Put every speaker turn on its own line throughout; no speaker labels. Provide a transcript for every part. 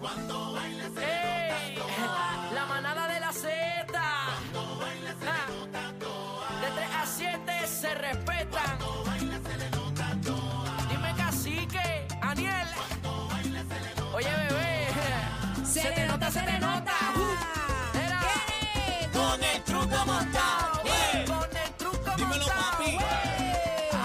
Cuando bailes se
¡Ey! La manada de la Z.
Cuando bailes se
Ah.
nota toa.
De 3 a 7 se respetan.
Cuando bailes se le nota toa.
Dime cacique, Aniel.
Cuando bailes se le nota
Oye, bebé.
Se le nota, se le nota.
Uh, era.
¡Eh!
Con el truco montado. ¡eh!
Con el truco
Dímelo,
montado,
papi.
ey.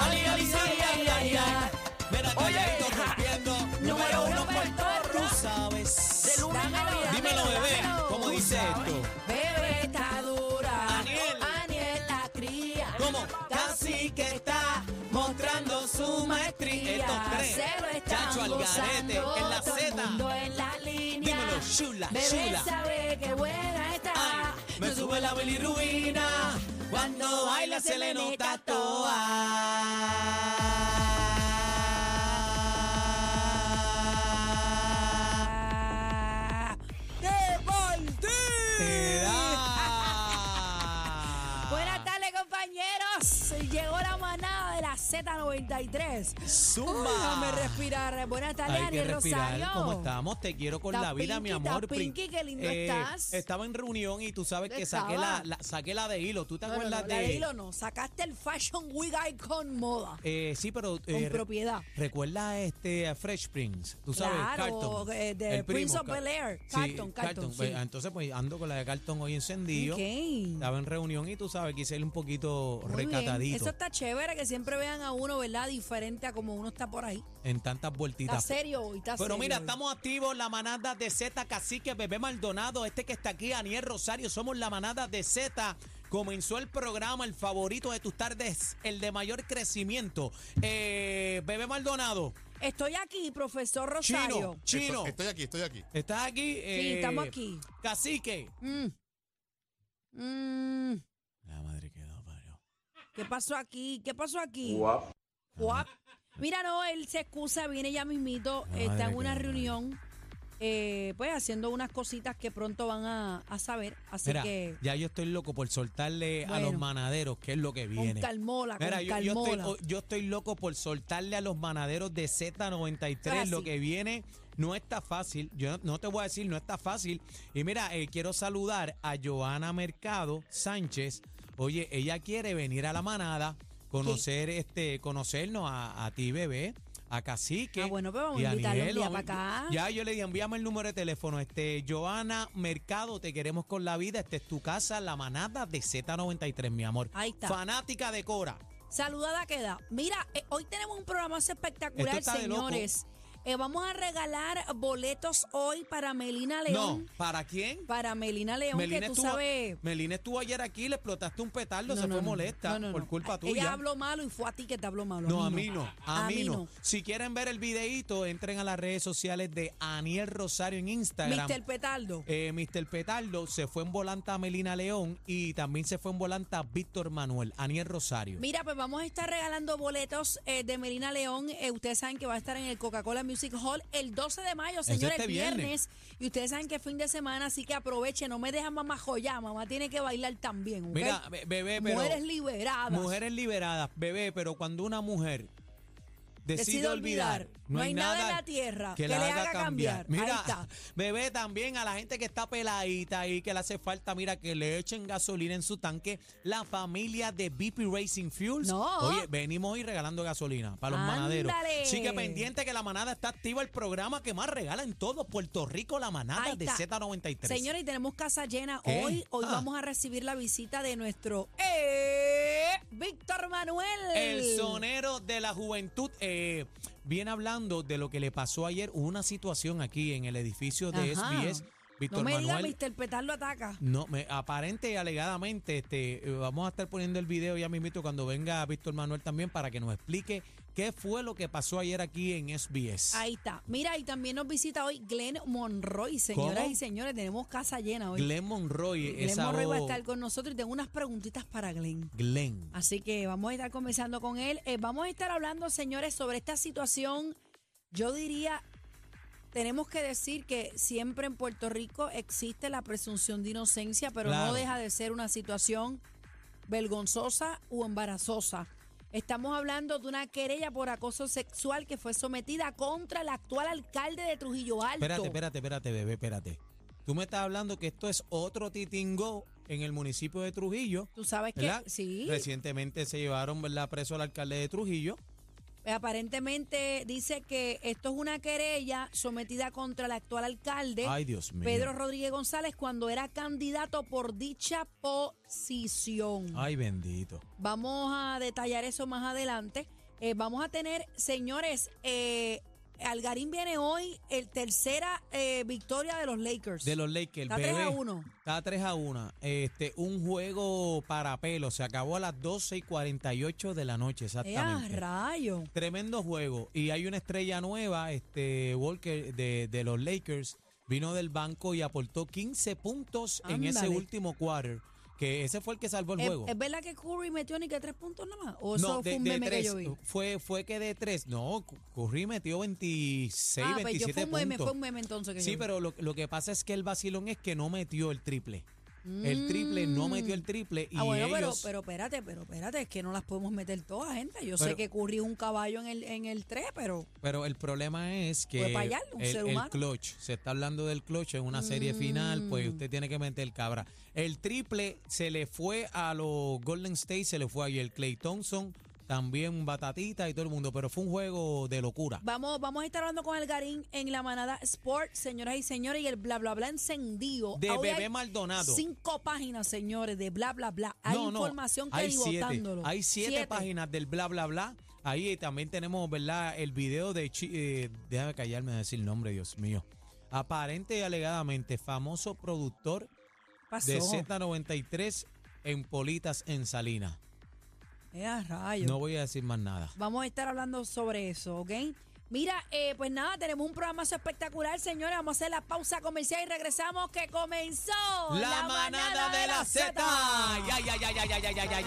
Ali, ali, ali, ay, ay, ay. Mira,
Oye,
calladito,
ja.
rompiendo.
Número
Número uno,
uno,
Puerto
Puerto
Rico,
Rico.
tú
De
sabes.
lunes a
Dámelo,
viernes.
Dímelo, bebé,
dámelo.
¿cómo
Tú
dice esto?
Bebé está dura.
Aniel.
Aniel la cría.
¿Cómo? Casi que está mostrando su maestría. Estos tres,
Se lo están
Chacho al garete,
gozando,
en la
todo el
Z.
mundo en la línea.
Dímelo, chula,
Bebé
chula.
sabe que buena está.
Ay, me sube la bilirrubina. Cuando baila se le nota toa.
¡De Baldi!
Te
Buenas
da.
tardes, compañeros. Llegó la manada de la Z93. Uy, déjame
Zumba.
respirar. Buenas tardes,
Hay que
Ariel
respirar.
Rosario.
¿Cómo estamos? Te quiero con
Está
la vida, mi
pinky, está
amor. Pri-
pinky, qué lindo estás.
Estaba en reunión y tú sabes que
Estaba.
saqué la, la- saqué la de hilo. ¿Tú te
No, no, no,
acuerdas
la
de,
de hilo no. Sacaste el Fashion Week Icon Moda.
Eh, sí, pero
Con
eh,
propiedad.
recuerda este a Fresh Prince, tú sabes,
Claro,
Carton,
eh, de
el primo,
Prince of
Car-
Bel-Air,
Sí,
Carton, Carton,
Pues,
sí.
Entonces pues ando con la de Carton hoy encendido.
Ok.
Estaba en reunión y tú sabes quise ir un poquito
Muy bien.
recatadito
Eso está chévere que siempre vean a uno, ¿verdad? Diferente a como uno está por ahí.
en tantas
Está
vueltitas.
serio hoy, está
Pero
serio
mira,
hoy.
estamos activos, la manada de Z, Cacique, Bebé Maldonado, este que está aquí, Aniel Rosario, somos la manada de Z. Comenzó el programa, el favorito de tus tardes, el de mayor crecimiento. Eh, Bebé Maldonado,
Estoy aquí, profesor Rosario.
chino, eh, chino.
Estoy, estoy aquí, estoy aquí.
¿Estás aquí?
Sí, estamos aquí.
Cacique.
Mm. Mm.
La madre que no parió.
¿Qué pasó aquí? ¿Qué pasó aquí? Guap. Mira, no, él se excusa, viene ya mismito,
La
está
madre
en
que
una
me
reunión, eh, pues haciendo unas cositas que pronto van a, a saber, así
Mira,
que
ya yo estoy loco por soltarle a
Bueno.
los manaderos, que es lo que
con
viene.
calmola,
Mira,
con
yo, yo estoy,
calmola.
oh, yo estoy loco por soltarle a los manaderos de Z93
Así.
lo que viene. No está fácil, yo no, no te voy a decir, no está fácil. Y mira, eh, quiero saludar a Joana Mercado Sánchez. Oye, ella quiere venir a la manada, conocer, este, conocernos a, a ti, bebé, a Cacique.
Ah, bueno, pues vamos
y
a invitarla un
Aniel,
día
vamos-
para acá.
Ya Ah, yo le di, envíame el número de teléfono. Este, Joana Mercado, te queremos con la vida. Esta es tu casa, la manada de Z93, mi amor.
Ahí está.
Fanática de Cora.
Saludada queda. Mira, eh, hoy tenemos un programa espectacular,
Esto está de loco.
señores. Eh, vamos a regalar boletos hoy para Melina
No,
León.
¿para quién?
Para Melina León, que tú sabes.
Melina estuvo ayer aquí, le explotaste un petardo,
No,
se
no,
fue
no,
molesta
no, no,
por
no.
culpa
Ay,
tuya.
Ella habló malo y fue a ti que te habló malo.
no, a mí no, a mí no.
no.
Si quieren ver el videíto, entren a las redes sociales de Aniel Rosario en Instagram.
Mr. Petardo.
Eh, Mr. Petardo se fue en volanta a Melina León y también se fue en volanta a Víctor Manuel, Aniel Rosario.
Mira, pues vamos a estar regalando boletos eh, de Melina León. Eh, ustedes saben que va a estar en el Coca-Cola Music Hall el 12 de mayo, señores,
este viernes.
viernes. Y ustedes saben que es fin de semana, así que aprovechen. No me dejan mamá joya, mamá tiene que bailar también. ¿ok?
Mira, be- bebé, pero.
mujeres liberadas.
Mujeres liberadas, bebé, pero cuando una mujer decide,
Decide
olvidar,
olvidar, no hay nada en la tierra que
la
le haga cambiar. Ahí
Mira,
está.
bebé, también a la gente que está peladita y que le hace falta, mira, que le echen gasolina en su tanque, la familia de BP Racing Fuels.
No.
Oye, venimos hoy regalando gasolina para los manaderos.
Ándale.
Sí que pendiente que la manada está activa, el programa que más regala en todo Puerto Rico, la manada
Ahí
de
está.
Z93.
Señores, y tenemos casa llena
¿Qué?
hoy. Hoy
Ah.
vamos a recibir la visita de nuestro eh, Víctor Manuel.
El sonero de la juventud eh, viene hablando de lo que le pasó ayer, Hubo una situación aquí en el edificio de
Ajá.
SBS. Víctor
no me diga,
Manuel.
Mr. Petardo ataca.
no, me, aparente y alegadamente, este, eh, vamos a estar poniendo el video ya mismito cuando venga Víctor Manuel también para que nos explique qué fue lo que pasó ayer aquí en SBS.
Ahí está. Mira, y también nos visita hoy Glenn Monroy, señoras
¿Cómo?
y señores. Tenemos casa llena hoy.
Glenn Monroy,
Glenn
esa
Monroy va a
voz-
estar con nosotros y tengo unas preguntitas para Glenn.
Glenn.
Así que vamos a estar conversando con él. Eh, vamos a estar hablando, señores, sobre esta situación. Yo diría, tenemos que decir que siempre en Puerto Rico existe la presunción de inocencia, pero
Claro.
no deja de ser una situación vergonzosa o embarazosa. Estamos hablando de una querella por acoso sexual que fue sometida contra el actual alcalde de Trujillo Alto.
Espérate, espérate, espérate, bebé, espérate. Tú me estás hablando que esto es otro titingo en el municipio de Trujillo.
Tú sabes que
¿verdad?
sí.
Recientemente se llevaron ¿verdad? preso al alcalde de Trujillo.
Aparentemente dice que esto es una querella sometida contra el actual alcalde
Ay, Dios mío.
Pedro Rodríguez González cuando era candidato por dicha posición.
Ay, bendito.
Vamos a detallar eso más adelante. Eh, vamos a tener, señores, eh, Algarín viene hoy, el tercera eh, victoria de los Lakers. Eh,
De los Lakers,
Está
bebé.
3 a 1.
Está 3 a 1. Este, un juego para pelo. Se acabó a las 12 y 48 de la noche,
¡Eh, a
exactamente.
rayo!
Tremendo juego. Y hay una estrella nueva, este Walker de, de los Lakers, vino del banco y aportó 15 puntos en ese
Ándale. Em,
último quarter. Que ese fue el que salvó el
¿Es,
juego.
Eh, es verdad que Curry metió ni que tres puntos nada más? ¿O eso
no,
fue
de,
un
de
meme
tres, uh,
que yo vi? Ah, pues
Fue, fue que de tres. No, Cu- Curry metió 26,
ah, pues yo
27
fue un meme,
puntos.
fue un meme entonces que yo
Sí,
vi. Ah,
pero lo, lo que pasa es que el vacilón es que no metió el triple. El triple no metió el triple. Y
Mm. Ah, bueno, pero,
ellos-
pero espérate, pero espérate, es que no las podemos meter todas, gente. Yo sé
Pero-
que Curry es un caballo en el, en el 3, pero
Pero el problema es que
Fue pa' allá, un
el,
ser
el
humano.
clutch, se está hablando del clutch en una serie final,
Mm.
pues usted tiene que meter cabra. El triple se le fue a los Golden State, se le fue ayer Clay Thompson, también Batatita y todo el mundo, pero fue un juego de locura.
Vamos, vamos a estar hablando con Algarín en la manada Sport, señoras y señores, y el bla bla bla encendido.
De
Hoy
Bebé
hay
Maldonado.
Cinco páginas, señores, de bla bla bla. Hay
No, no,
información que
hay
ni
siete,
botándolo.
Hay siete,
Siete.
páginas del bla, bla, bla. Ahí también tenemos, ¿verdad? El video de... Chi- eh, déjame callarme de decir el nombre, Dios mío. Aparente y alegadamente famoso productor
Pasó.
de Z93 en Politas en Salinas.
Eh, a rayos.
No voy a decir más nada.
Vamos a estar hablando sobre eso, ¿ok? Mira, eh, pues nada, tenemos un programa espectacular, señores. Vamos a hacer la pausa comercial y regresamos que comenzó
La manada de la Z.
Zeta.
Ya, ya, ya, ya, ya, ya, ya, ya, ya.